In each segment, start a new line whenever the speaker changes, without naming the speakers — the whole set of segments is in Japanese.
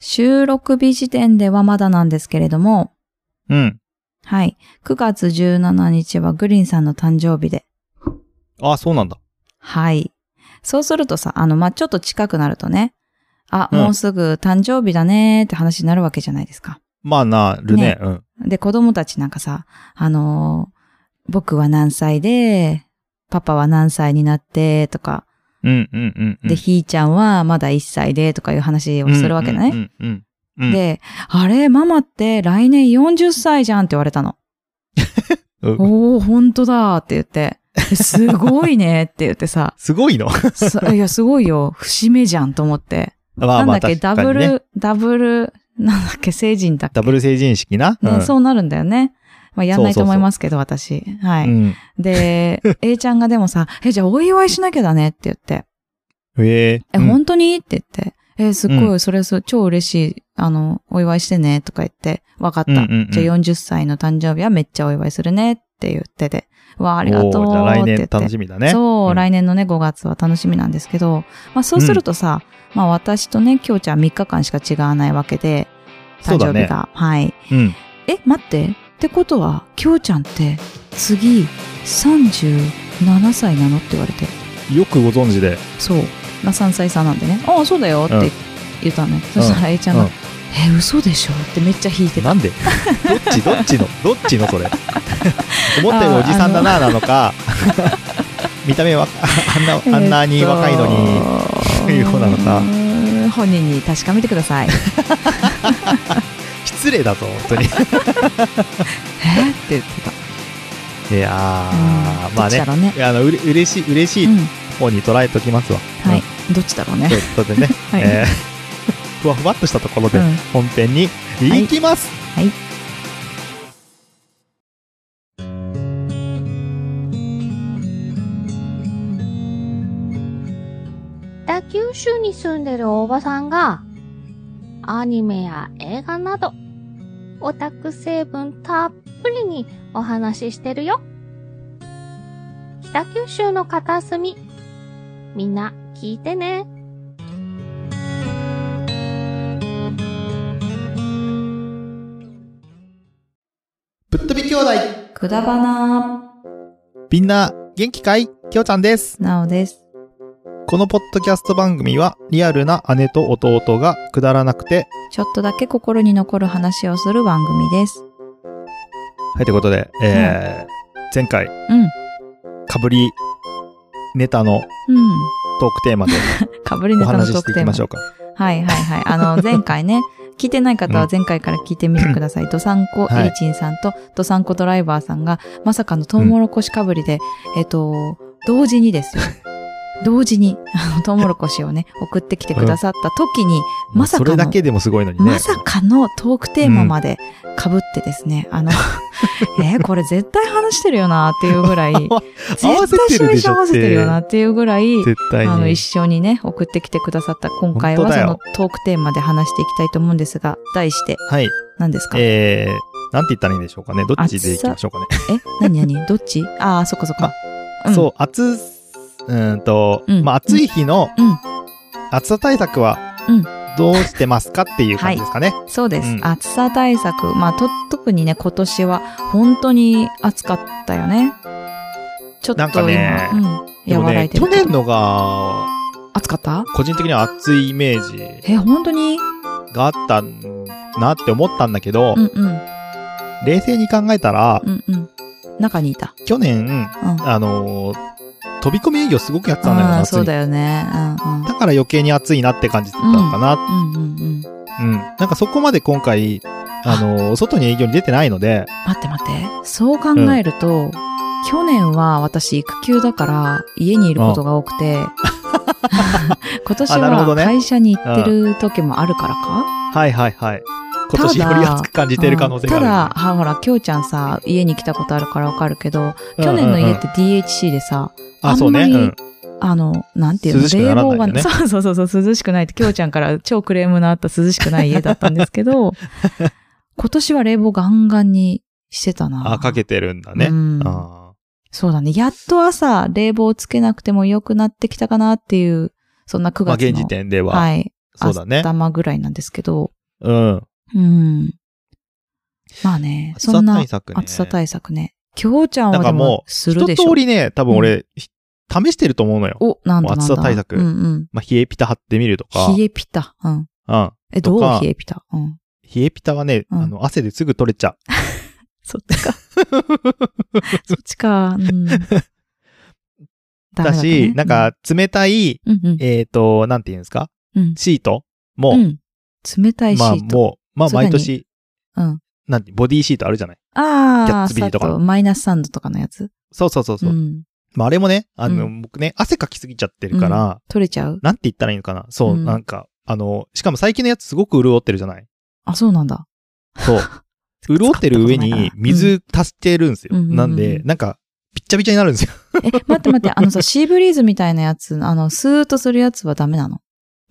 収録日時点ではまだなんですけれども、
うん。
はい。9月17日はグリーンさんの誕生日で。
あ、そうなんだ。
はい。そうするとさ、あの、まあ、ちょっと近くなるとね、あ、
うん
もうすぐ誕生日だねーって話になるわけじゃないですか。
まあなるね。
ね
うん。
で、子供たちなんかさ、あのー僕は何歳で、パパは何歳になって、とか、
うんうんうんうん。
で、ひーちゃんはまだ1歳で、とかいう話をするわけだね。
うんうんうんうん。うん、
で、あれ、ママって来年40歳じゃんって言われたの。
うん、
おー、本当だって言って。えすごいねって言ってさ
すごいの
さいや、すごいよ。節目じゃんと思って。
まあま
な
あ
んだっけ、
確か
ダブ
にね。
ル、ダブル、なんだっけ、成人だっけ。
ダブル成人式な。
ね、
ん、
そうなるんだよね。まあ、やんないと思いますけど、私。はい。
うん。
で、A ちゃんがでもさ、え、じゃあお祝いしなきゃだねって言って、
へえ。
え、
うん
本当にって言って、え、すっ
う
ごい、それ、そう超嬉しい、あの、お祝いしてね、とか言って、わかった。
うんうんうん
じゃあ40歳の誕生日はめっちゃお祝いするねって言ってて、わあ、ありがとうって
おーじゃあ来
言って。
年楽しみだね。
そう、
ん
来年のね、5月は楽しみなんですけど、まあそうするとさ、まあ私とね、きょうちゃん3日間しか違わないわけで、誕
そうだ
生
ね
日が。はい。
うん。
え、待って。ってことは、きょうちゃんって、次、37歳なのって言われて。
よくご存知で。
そう。まあ3歳差なんでね。ああ、そうだよっ
うん
て言ったのね。そしたら A ちゃんが、
うん
え、嘘でしょってめっちゃ引いてた。
なん でどっちどっちのどっちのそれ思ったよりおじさんだななのか見た目はああんなあんなに若いのに、
えっと
いう子なのか
うーん本人に確かめてくだ さい。
失礼だぞ本当
えっ
に
て言ってた。
いやー、
うん
ま
ど
あ
っちだ
ね
ろうね。
あのうれ嬉しい嬉し
う
い
ん。
方に捉えときますわ、
はい。どっちだろうね
と。いうことでね、
はい
えーふわふわっとしたところで
うん
本編に行きます、
はいはい
北九州に住んでるおばさんが、アニメや映画など、オタク成分たっぷりにお話ししてるよ。北九州の片隅、みんな聞いてね。
ぶっ飛び兄弟
くだばな
みんな元気かいきょうちゃんです
なおです。
このポッドキャスト番組はリアルな姉と弟がくだらなくて
ちょっとだけ心に残る話をする番組です。
はい、ということで、えー前回、
うん。
かぶりネタの
う
トークテーマで
ん。かぶり
お
ネタの
話し
トー
して
ク
い
テ
き
ーマ
まし。ょうか。
はいはいはい。あ の、前回ね、聞いてない方は前回から聞いてみてください。ドサンコ
はい
エリチンさんとドサンコドライバーさんが、まさかのトウモロコシかぶりで、えっと、同時に ですよ。同時に、あの、トウモロコシをね、送ってきてくださった時に、まさか
そ
の
れだけでもすごいのにね。
まさかのトークテーマまで被ってですね、あ の、えーこれ絶対話してるよなっていうぐらい、絶対
合わせてるでしょって
合わせてるよなっていうぐらい、
絶対
あの、
に
一。緒にね、送ってきてくださった今回
本
は
当だ
そ
よ
のトークテーマで話していきたいと思うんですが、題して
はい。
何ですかえ、
えー、なんて言ったらいいんでしょうかね。どっちでいきましょうかね。
何何どっちああ、そっかそっか。うん
そう、暑、うーんと、
うん
まあ、暑い日の
うん
暑さ対策は
うん、
どうしてますかっていう感じですかね。
そうです。
うん
暑さ対策。まあ、と、特にね、今年は本当に暑かったよね。ちょっと
なんか
今、
ね
うん、
でも
和ら
ね、
いでる
去
けど。
年のが、
暑かった
個人的には暑いイメージ
え、本当に
があったんなって思ったんだけど、
うんうん。
冷静に考えたら、
うんうん。中にいた。
去年、
うん。
あのー飛び込み営業すごくやってたんだよな、
あー
夏
そう
に。
だ
だ
よね。うんうん。
から余計に暑いなって感じてたのかな。
うんうんうん。
うん。なんかそこまで今回、あのー外に営業に出てないので、
待って待って。そう考えると、去年は私育休だから家にいることが多くて、 今年
あなるほど
は
ね
会社に行ってる時もあるからか、
はいはいはい。今年より暑く感じてる可能性がある。
うんただ、あほら、きょうちゃんさ、家に来たことあるからわかるけど、去年の
うんうん
家
うん
って DHC でさ、
あ、そうね。
あんまり
うん
あの、なんていうの、
涼しくな
冷
らない
房
んだ
が、
よね
そうそうそうそう、涼しくないって、きょうちゃん から超クレームのあった涼しくない家だったんですけど、今年は冷房ガンガンにしてたな。
あ、かけてるんだね。
うん
あ
そうだね。やっと朝、冷房つけなくても良くなってきたかなっていう、そんな9
ーまあ
月の。
現時点では。
はい。
そうだね。
頭ぐらいなんですけど、
うん。
うん。まあね、
暑
そ
さ
んな
対策ね。
暑さ対策ね。きょうちゃん
な
は
んか
で
も
も
う、
するでし
一
ょ
通。りね、多分俺、ひ試してると思うのよ。
お、なんだなんだ。
暑さ対策
うんうん。
まあ、冷えピタ貼ってみるとか。
冷えピタ。うん。
うん。
え、ど
と
う
か
冷えピタ。うん。
冷えピタはね、
うん
あの、汗ですぐ取れちゃう。
そっ ちか。そっちか。うん。だ
だし、なん、か、冷たい、
うんうん
えっ、と、なんていうんですか
うん。
シートも、
うん。冷たいシ
まあ、
ート。
もう、まあ、
それ何
毎年、
うん。
なんて、ボディーシートあるじゃない。キャ
あ
ッ
あ、
ツビリとか
さっマイナス3度とかのやつ。
そうそうそうそうう。
ん。
まあ、あれもね、あの、
う
僕ね、汗かきすぎちゃってるから、
取れちゃう
なんて言ったらいいのかな。そう、
うん
なんか、あの、しかも最近のやつすごく潤ってるじゃない。
あ、そうなんだ。
そう。潤ってる
使
上
ったことない
に
な
水足してるんですよ。
うん
なん
うんうん
で、
うん
なんか、びっちゃびちゃになるんですよ。
え、待って待って、あのさ、シーブリーズみたいなやつ、あの、スーッとするやつはダメなの。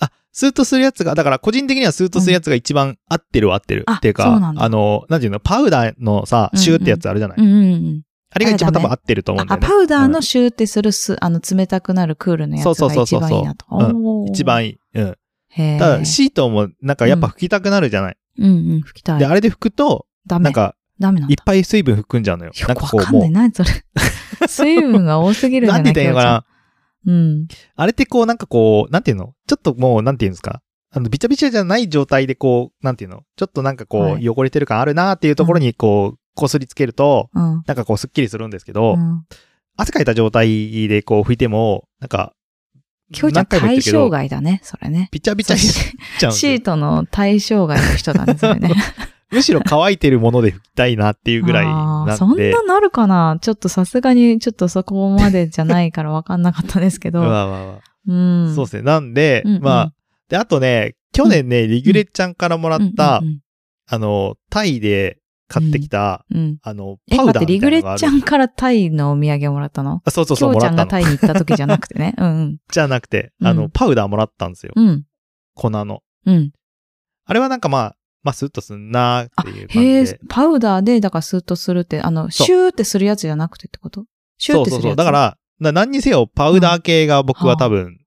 あ、スーッとするやつが、だから個人的にはスーッとするやつが一番合ってるは合ってる。
あ
っていう
そう
か、
なんだ
あの、なんていうの、パウダーのさ、シューってやつあるじゃない。
うんうんうん。
あれが一
あれ
番
だ
多
ね
分合ってると思うんだ
あ、
よね。
パウダーのシューってするす、あの、冷たくなるクールのやつ
そう
が
そう
一
そうそう
番いいなと。
うん
おー
一。番いい。うん。
へー
ただ、シートもなんかやっぱ拭きたくなるじゃない。
うんうん、拭きた
で、
い。
あれで拭くと、
ダメ。
なんか、
ダメなん
いっ
だ。
ぱい水分含んじゃうのよ。
よ
なん
く
か
わか
こうん
ない。
も
何それ。水分が多すぎ
う、
るんじ
な
ゃ
ん
な
て言
い
ったらいいのかな。
うん。
あれってこう、なんかこう、なんていうのちょっともう、なんていうんですかあの、びちゃびちゃじゃない状態でこう、なんていうのちょっとなんかこ、
はいう
汚れてる感あるなっていうところにこう、こすりつけると、
うん。
なんかこう、すっきりするんですけど、
うん
汗かいた状態でこう、拭いても、なんか、
きょうちゃん
何回も言っ
対
てるけど
象外だね、それね。
びちゃびちゃになっちゃうんです
シ
よ
ートの対象外の人だね、それね。
むしろ乾いてるもので拭きたいなって いうぐらい
あー
な
そ
ん
ん
で。
ななるかなちょっとさすがに、ちょっとそこまでじゃないからわかんなかったですけ
う
ど。
わうわうわ
うん。
そうですね。なんで、
うんうん
まあ、で、あとね、去年ね、リグレちゃんからもらった
うん、うん
あの、タイで買ってきた、
うん。うん
あの、
え、
パウ
待っ
ダー
て、リ
みた
グレ
いなのがあ
ッ
る。
ちゃんからタイのお土産もらったの
あそうそう
き
そ
ょ
う、
う
も
ち
ら
ゃ
っ
んが
たの
タ。イに行った時じゃなくてね。うん
じゃなくて、
うん
あの、パウダーもらったんですよ。
うん。うん。
粉の。
うん。
あれはなんかまあ、まあ、スッとすんなーっていう感
へ
じ
え
で。、
パウダーで、だからスーッとするって、あの、
そう
シューってするやつじゃなくてってことシュ
そ
ーっ
う
てす
そ
る
う
やつ
そう。だか、ら、な何にせよパウダー系が僕は多分、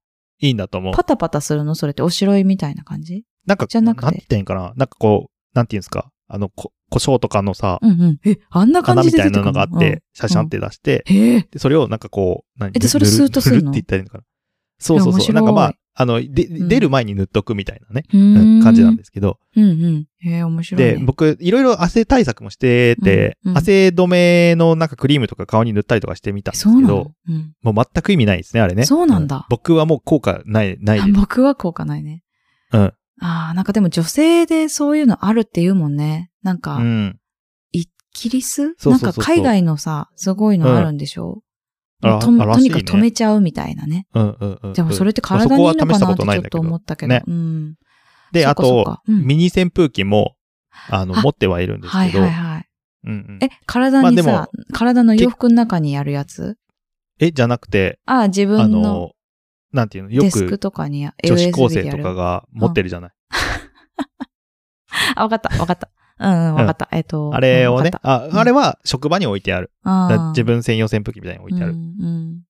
いいんだと思う。
パタパタするのそれっておしろいみたいな感じ
なんか、
じゃなくて
んて言ったらいいんかななんかこう、なんて言うんですかあの、こ、胡椒とかのさ、
うんうん。え、あんな感
粉
じ
み
で
た
出て
い
く
な
る
のがあっ
うん
て、シャシャンって出して、
へえ。
で、それをなんかこう、何
えでそれ
ぬる
スーッとすんの
ぬって言ったらいいのかなそうそ
い
う
や面
そ
白い
う。なんかまあ、あの、で、
うん
出る前に塗っとくみたいなね、
う
うん感じなん
す。
ですけど。
うんうん。へえ、面白いね。
で、僕、いろいろ汗対策もしてて、
うんうん
汗止めのなんかクリームとか顔に塗ったりとかしてみたんです
そう
け
な
ど
の、、うん、
もう全く意味ないですね、あれね。
そうなんだ
僕はもう効果ない、ないです。
僕は効果ないね。
うん。
ああ、なんかでも女性でそういうのあるって言うもんね。なん
う
か、
ん。
イギリス
そうそうそう
なんか海外のさ、すごいのあるんでしょ、う
あ
と
あら
と
し
に
いね
かく止めちゃうみたいなね。
うんうんうん。
でもそれって
まあそ
体に
こ
いいの
は試
か
した
なっ
こ
て
と
ち
ない
ょ
ん
っ
だけ
と思
ど
っ。たけど。
ね
うん。
で、
そ
あ
っかそっ
と
か、うん
ミニ扇風機も、あの、
あ
持ってはいるんです
はい
けど
はい、はい。
うんうん
え、体にさ、
まあ
体の洋服の中にやるやつ
え、じゃなくて、
ああ、自
あ
分の
の、なんていうの、よ
デスク
く
とかに USB でや
女
る。
子高生とかが持ってるじゃない。
あ、わかった、わかった。うん、うんわかった。えっと。
あれをね
うん、
あ、
うん
あれは職場に置いてある。
わかったあー
自分専用扇風機みたいに置いてあ
う
る。
んうん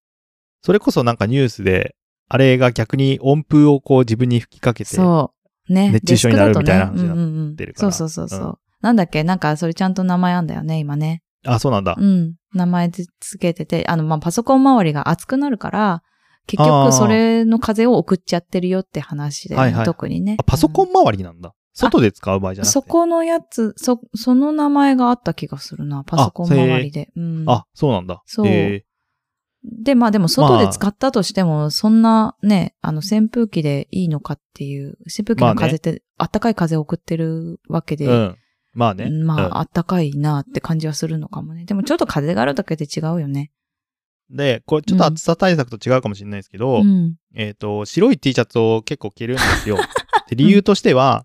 それこそなんかニュースで、あれが逆に温風をこう自分に吹きかけて、
そう。ね。
熱中症になるみたいな
デスクだとねう
話
んうんうん
てるから
そうそうそうそうう。なんだっけなんか、それちゃんと名前あんだよね、今ね。
あ、そうなんだ。
うん。名前つけてて、あの、まあ、パソコン周りが熱くなるから、結
あー
局それの風を送っちゃってるよって話で、
はいはい
特にね
あ。パソコン周りなんだ。外で使う場合じ
う
ゃ
ん
なくて。
そこのやつ、そ、その名前があった気がするな、パソコン周りで。うん。
あ、そうなんだ。
そう
え
で、まあでも外で使ったとしても、そんなね、あの扇風機でいいのかっていう、扇風機の風って、あったかい風を送ってるわけ
ー
で、
うん。まあね。
ま
うん
あ、あったかいなって感じはするのかもね。でもちょっと風があるだけで違うよね。
で、これちょっと暑さ対策と違うかもしれないですけど、
うん。
えっ、と、白い T シャツを結構着るんです よ。で理由としては、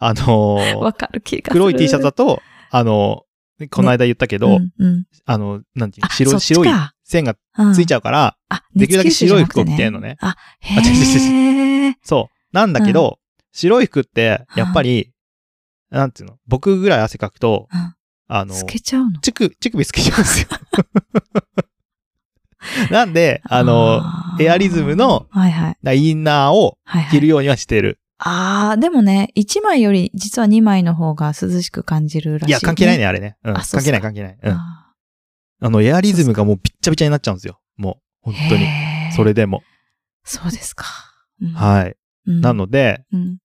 あのー
わかる気がする。
黒い T シャツだ
と、
と、あのーこの間言ったけ
う
ど、
んうん、
あの、なんていう
あ
の白
そ
い、
っち
白い
か
線が
うん
ついちゃうから、
あ、
できるだけ
熱吸収
白い服を
じゃなく
着てんのね
あ、
あ違
へ
う
え。
そう。なんだけど、白い服って、やっぱり、なんていうの僕ぐらい汗かくと、
うん
あの
透、けちゃうの
乳首、乳首透けちゃうんですよ。 なんで、あの、エアリズムの、
はいはい。
なインナーを
はいはい。
着るようにはしてる。
あー、でもね、1枚より実は2枚の方が涼しく感じるらし
い
い、
や、関係ないね、。あれね。うん。
あそうっ
関係
す
な
か
い、関係ない。うん。
あ
あの、エアリズムがもうびっちゃびちゃになっちゃうんですよ。もう、
ー
本当に。
へー
それでも。
そうですか。うん
はい。
うん
なので、
うん。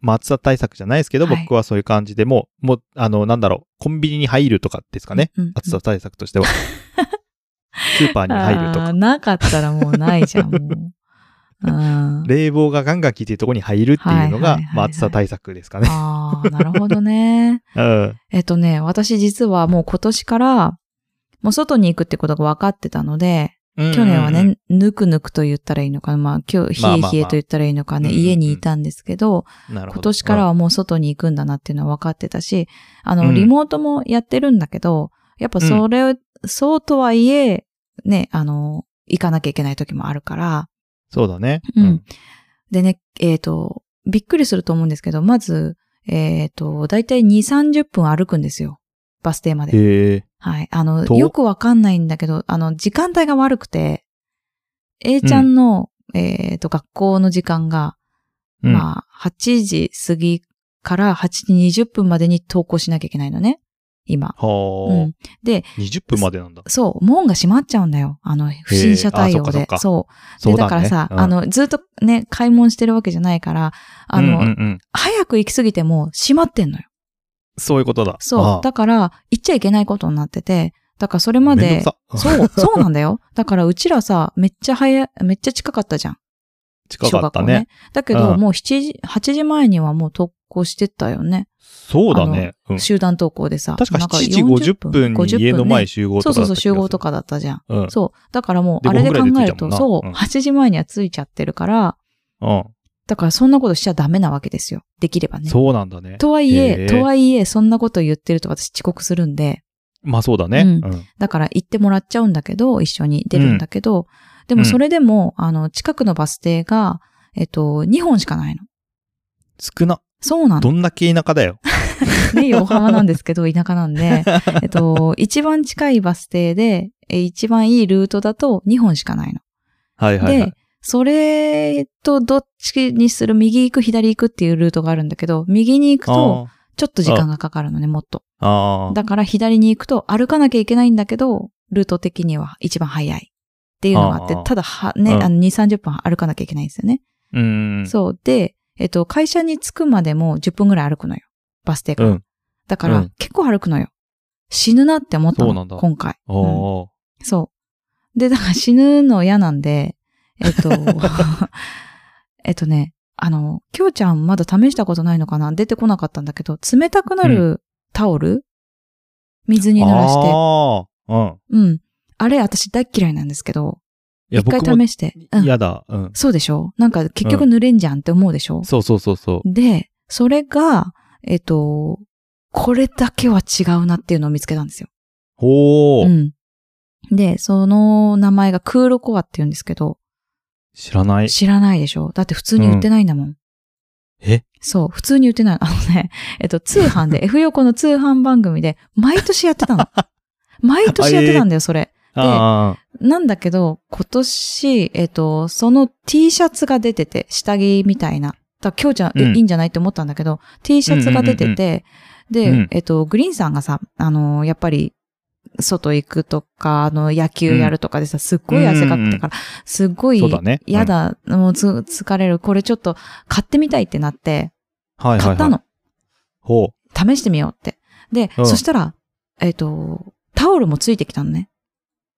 まあ、暑さ対策じゃないですけど、
はい
僕はそういう感じでもう、もう、あの、なんだろう、コンビニに入るとかですかね。
うん。
暑さ対策としては。 スーパーに入ると
あー
か。
なかったらもうないじゃん、もう。うん。
冷房がガンガン効いてるところに入るっていうの
はいはいは
が
いは、い
まあ、暑さ対策です かね。
ああ、なるほどね。
うん。
えっとね、私実はもう今年から、もう外に行くってことが分かってたので、去年は
うんうん
ね、ぬくぬくと言ったらいいのかな。まあ、今日、
まあまあまあ
冷え冷えと言ったらいいのかね、
うんうんうん
家にいたんですけど、
うん、なるほど
今年から
うん
はもう外に行くんだなっていうのは分かってたし、あ
う
の、
ん
リモートもやってるんだけど、やっぱそれ、そうとはいえ、ね、あの、行かなきゃいけない時もあるから、
そうだね。
うん。でね、えっ、と、びっくりすると思うんですけど、まず、えっ、と、だいたい2、30分歩くんですよ。バス停まで。
へえ。
はい。あの、
遠っ
よくわかんないんだけど、あの、時間帯が悪くて、A ちゃんの、えっ、と、学校の時間が、
うん
まあ、8時過ぎから8時20分までに登校しなきゃいけないのね。今。
は
う
あ、
ん。で、
20分までなんだ。
そう、門が閉まっちゃうんだよ。あの、不審者対応
へえあそっかそ
で
っ。か
そう。
そ
で、
うだ,、ね、
だからさ、
うん
あ、の、ずっとね、買い物してるわけじゃないから、あの、
うんうんうん
早く行きすぎても閉まってんのよ。
そういうことだ。
そう。だから、行っちゃいけないことになってて、だからそれま
めん
で
ど、くさ
そう、そうなんだよ。だからうちらさ、めっちゃ早い、めっちゃ近かったじゃん。
近かったね。。
だけど、
うん
もう7時、8時前にはもう特攻してったよね。
そうだね。うん
集団登校でさ。
確か
なん
7時50分に
50
家の前
ね
集合とか
そう
だ
そう
った気がす
そ
る
う、集合と。かだったじゃん。
うん。
そう。だからもう、
で
あれで考
5分ぐら
え
いで
る
着いた
と、
もんな
そうう、
ん
8時前には着いちゃってるから、
うん
だからそんなことしちゃダメなわけですよ。できればね。
そうなんだね。
とはい
へ
え、
え
とはいえ、そんなこと言ってると私遅刻するんで、
まあそうだね。
う
うんん。
だから行ってもらっちゃうんだけど、一緒に出るんだけど、でもそれでも、あの、近くのバス停が、えっと、2本しかないの。
少な。
そうなの。
どんだけ田舎だ よ。
ね、横浜なんですけど、田舎なん で、えっと、一番近いバス停で、え一番いいルートだと2本しかないの。
はいはいはい
で。、それとどっちにする、右行く、左行くっていうルートがあるんだけど、右に行くと、
あ
ちょっと時間がかかるのね、もっと。
あ。ああ。
だから左に行くと歩かなきゃいけないんだけど、ルート的には一番早いっていうのがあって
ああ、
ただは、ね、
うん
あの2、30分歩かなきゃいけないんですよね。
うん。
そう。で、えっと、会社に着くまでも10分ぐらい歩くのよ。バス停か
う
ら。
ん。
だから、
うん
結構歩くのよ。死ぬなって思った
そうな
の、
んだ
今回、
ああ。
うんそう。で、だから 死ぬの嫌なんで、えっ と、えっとね、あの、きょうちゃんまだ試したことないのかな出てこなかったんだけど、冷たくなるタオル、水に濡らして。
ああ。うん。
うん。あれ、私大っ嫌いなんですけど、
いや、
一
僕
回
も
試して。うん。
嫌だ。うん。
そうでしょなんか結局濡れんじゃんって思うでしょ、
そうそうそうそう。
で、それが、えっと、これだけは違うなっていうのを見つけたんですよ。
ほ
う
ー。
ん。で、その名前がクールコアって言うんですけど、
知らない。
知らないでしょだって普通に売ってないんだもん。
え
そう、普通に売ってない。あのね、えっと、通販 で、F 横の通販番組で、毎年やってたの。毎年やってたんだよ、それ。
あ
なんだけど、今年、えっと、その T シャツが出てて、下着みたいな。だから、今日ちゃん、え
うん
いいんじゃないって思ったんだけど、T シャツが出てて、で、
うん
えっと、グリーンさんがさ、あのーやっぱり、外行くとか、あの、野球やるとかでさ、すっごい汗かくから、すっご
あ。
い
そうだね。
嫌だ、もうつ疲れる、これちょっと買ってみたいってなって、
うん。はいはいは
買
い。
ったの。
ほう。
試してみようって。で、
うん
そしたら、えっ、と、タオルもついてきたのね。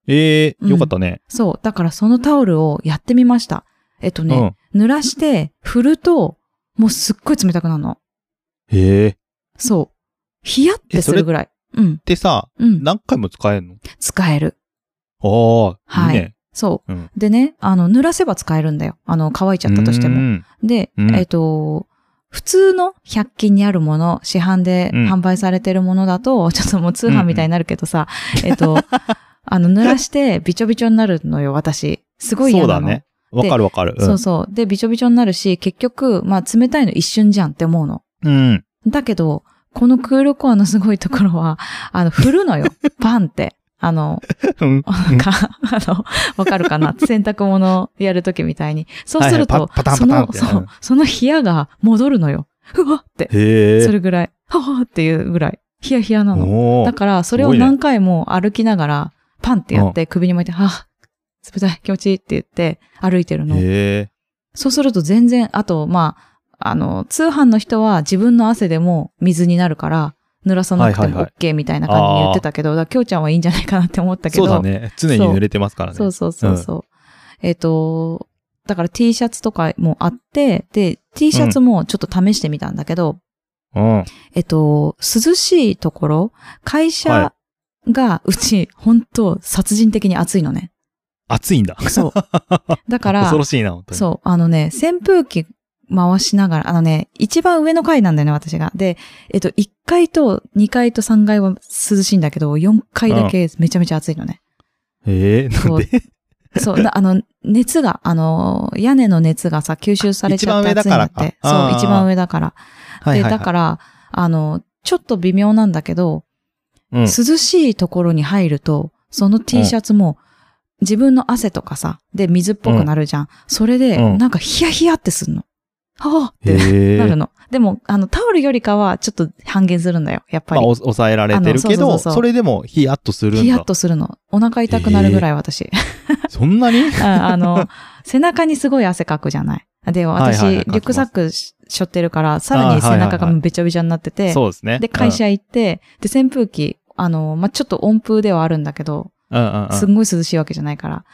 ええ
うん
よかったね。
そう。だからそのタオルをやってみました。えっ、と
う
ね、
ん。
濡らして振ると、もうすっごい冷たくなるの。
へえ。
そう。ヒヤってするぐらい。うん。
でさ、
うん。
何回も使える
使える。
のああ、
はい
いね。
そう。
うん
でね、あの、濡らせば使えるんだよ。あの、乾いちゃったとしても。
も。
で、
うん
えっ、と、普通の100均にあるもの、市販で
うん
販売されてるものだと、 ちょっともう通販みたいになるけどさ、えっと、あの、濡らしてびちょびちょになるのよ、私。すごい
そ
嫌
う
な
だ
の。
ね。わかるわかる。
そうそう。で、びちょびちょになるし、結局、まあ、冷たいの一瞬じゃんって思うの。
うん。うん。
だけど、このクールコアのすごいところは、あの、振るのよ。バンって。あの、
うん。
なんか、 あの、わかるかな洗濯物やるときみたいに。そうする
はいはい
と
パパタ、ン
そ
パタンっ
の、
て、
そううんその冷やが戻るのよ。ふわって。
へ
そ
え。
れぐらい。ははっていうぐらい。ヒヤヒヤなの。
お
だ
ー
から、それ
す
を
ごいね
何回も歩きながら、パンってやって、首に巻いて、はあ、冷たい、気持ちいいって言って歩いてるの。
へえ。
そうすると全然、あと、まあ、あの、通販の人は自分の汗でも水になるから、濡らさなくて
はいはい
も
はい
OK みたいな感じに言ってたけど、だからきょうちゃんはいいんじゃないかなって思ったけ
そ
ど。
うだね。常に濡れてますからね。
そうそうそうそう。えっ、と、だから T シャツとかもあって、で、T シャツもちょっと試してみたんだけど、
うん。
えっと、涼しいところ、会社
は
がうち、本当殺人的に暑いのね。
暑いんだ。
そう。だから、
恐ろしいな、本当に。う。
そう、あのね、扇風機回しながら、あのね、一番上の階なんだよね、私が。で、えっと、1階と2階と3階は涼しいんだけど、4階だけめちゃめちゃ暑いのね。
へえ、 なんで
そう、なあの、熱が、あの、屋根の熱がさ、吸収されちゃって
一番上だ
暑いん
か
だ
ら
っ
か
て。
あ
そう、
ー
一番上だから。
はい
で、
はいはい
だから、あの、ちょっと微妙なんだけど、
うん。
涼しいところに入ると、その T シャツも、自分の汗とかさ、で、水っぽくなるじゃん。それで、
うん
なんかヒヤヒヤってすんの。はぁって
へ
なる
え。
の。でも、あの、タオルよりかは、ちょっと半減するんだよ、やっぱ
まあ、
り。
お抑えられてるけ
あのそうそうそう
ど、
そう
それでもヒヤッとするんだ。
ヒヤッとするの。お腹痛くなるぐらい、私。
そんなに
ああの、背中にすごい汗かくじゃない。で、私、
はいはいはい
リュックサックしょってるから、さらに背中がべちゃべちゃになってて、
そうですね。
で、会社行って、で、扇風機、あの、まあ、ちょっと温風ではあるんだけど、
うん、うんうんうん。
すんごい涼しいわけじゃないから。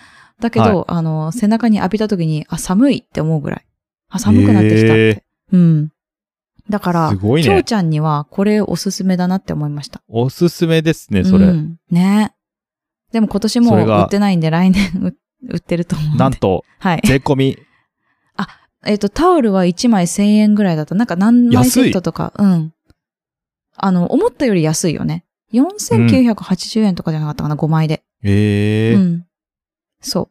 だけど、あの、背中に浴びた時に、あ、寒いって思うぐらい。あ、寒くなってきたって。
へ
うん。だから、
すごいね
きょうちゃんにはこれおすすめだなって思いました。
おすすめですね、そうれ。
ん、ねでも今年も
それが
売ってないんで、来年売ってると思うんで。
な んと、
はい。
税込み。
えっ、と、タオルは1枚1000円ぐらいだった。なんか何枚セットとか、うん。あの、思ったより安いよね。4980円とかじゃなかったかな、5枚で。
へえ
う。ん。そう。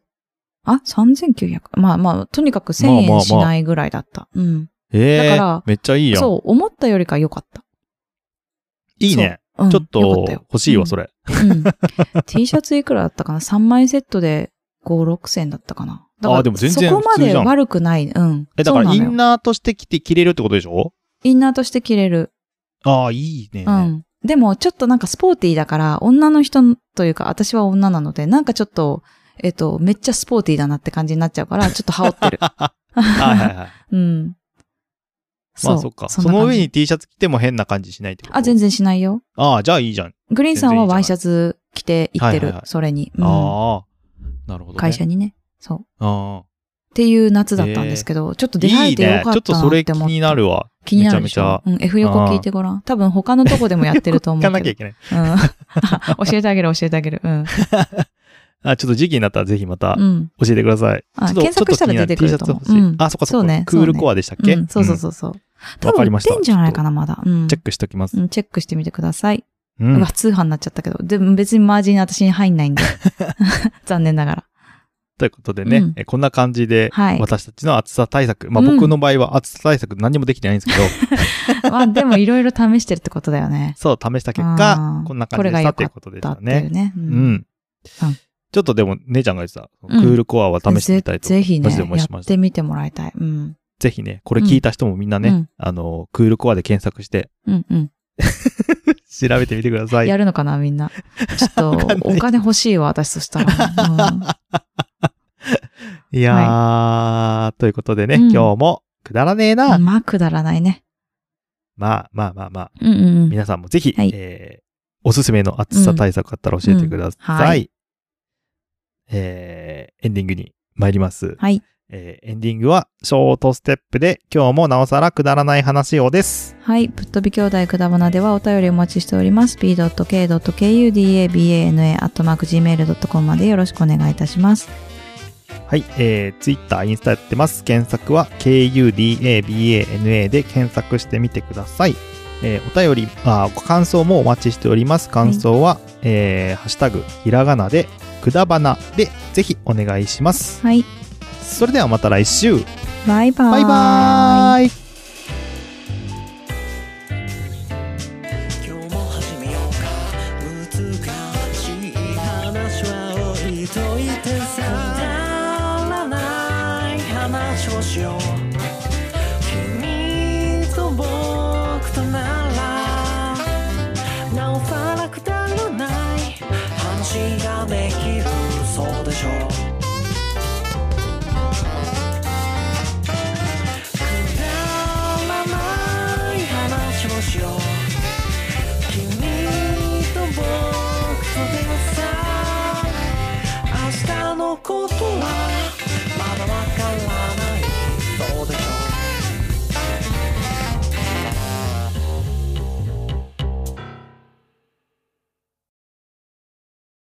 あ、3900。まあまあ、とにかく1000
まあまあま
円
あ
しないぐらいだった。うん。
へえ。
だから
めっちゃいいやん。
そう、思ったよりか良かった。
いいね。
うん、
ちょっ
良かたよ
と欲しいわ、
うん
それ。
うん。T シャツいくらだったかな ?3 枚セットで5、6000円だったかな。だから
あでも全然
そこま
普通
で
じゃん
悪くない。うん。
え、だから
そう
イ
なの
ン
よ
ナーとして着て着れるってことでしょ
インナーとして着れる。
ああ、いいね。
うん。でも、ちょっとなんかスポーティーだから、女の人というか、私は女なので、なんかちょっと、えっと、めっちゃスポーティーだなって感じになっちゃうから、ちょっと羽織って る。
はいはい はい。
うん。
まあそっか。そ
んな
の
感じ
上に T シャツ着ても変な感じしないってこと
あ、全。然しないよ。
ああ、じゃあいいじゃん。
グリーンさんは
全然いいじゃない
ワイシャツ着て行ってる。
はいはいはい
それに、うん
ああ、なるほどね。
会社にね。そう。っ
ああ。
ていう夏だったんですけど、ちょっと出会
い
え
い
てよか
ね
った。な
ちょっとそれ
って
気
思って
にな。るわ。
気になるでし
めちゃ
ょ。うん、F 横聞いてごらん。多分他のとこでもやってると思
め
う
ちゃ。
け
聞か
ど。
なきゃいけない。
うん。 教えてあげる、教えてあげる。うん。
あ、ちょっと時期になったらぜひまた
うん。
教えてください。
あ
ちょっと
検索したら出てくると思う
T シャツ欲し
う
い。
ん
あ、そっかそっか。
そうね
クールコアでしたっけ
うんそうそうそうそう。多
わか
分売
りま
っ
した
てんじゃないかな、まだ。うん。
んチェックしときます
う。んチェックしてみてください。
う
うんわ、。通販になっちゃったけど。でも別にマージン私に入んない んで。残念ながら。
ということでね、
うん
えこんな感じで
はい、
私たちの暑さ対策。まあ
うん
僕の場合は暑さ対策何にもできてないんです けど、
まあでもいろいろ試してるってことだよね。
そう、試した結
あ
果
ー、
こんな感じでしたということでし
だったていう
ね。
ね。う
うんん。ちょっとでも、姉ちゃんが言ってた、ク
うん
ールコアは試してみたいと。
ぜぜひね、
マジで思い
や
しま
っ
した
てみてもらいたい。うん。
ぜひね、これ聞いた人もみんなね、
うん
あの、クールコアで検索 して、
うんうん。
調べてみてください。
やるのかな、みんな。ちょっと
わかん、ない
お金欲しいわ、私とした ら。うん
いやー、ということでね、
うん
今日もくだらねえな。
まあ、くだらないね。
まあまあまあまあ、
うんうんうん。
皆さんもぜひ、
はい
えーおすすめの暑さ対策あったら教えてくださ
うん
い。
うんはい
えーエンディングに参ります。
はい。
えーエンディングはショートステップで、今日もなおさらくだらない話をです。
はい。ぶっ飛び兄弟くだばなではお便りお待ちしております。p.k.kudabana.gmail.com までよろしくお願いいたします。
はい、えー、Twitter、インスタやってます。検索は KUDABANA で検索してみてください。えーお便り、あー、感想もお待ちしております。感想は、えーハッシュタグ、ひらがなで、くだばなで、ぜひお願いします。
はい。
それではまた来週。
バイバーイ。
バイバーイ。
今日も始めようか難しい話といてさくだらない話をしよう